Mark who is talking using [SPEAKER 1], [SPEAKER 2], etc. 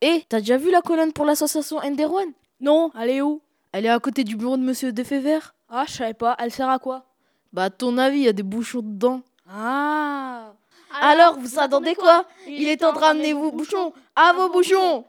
[SPEAKER 1] Eh, t'as déjà vu la colonne pour l'association Enderwan
[SPEAKER 2] Non, elle est où
[SPEAKER 1] Elle est à côté du bureau de Monsieur Defever.
[SPEAKER 2] Ah, je savais pas, elle sert à quoi
[SPEAKER 1] Bah, à ton avis, il y a des bouchons dedans.
[SPEAKER 2] Ah
[SPEAKER 1] Alors, vous attendez quoi Il est temps de ramener vos bouchons à vos bouchons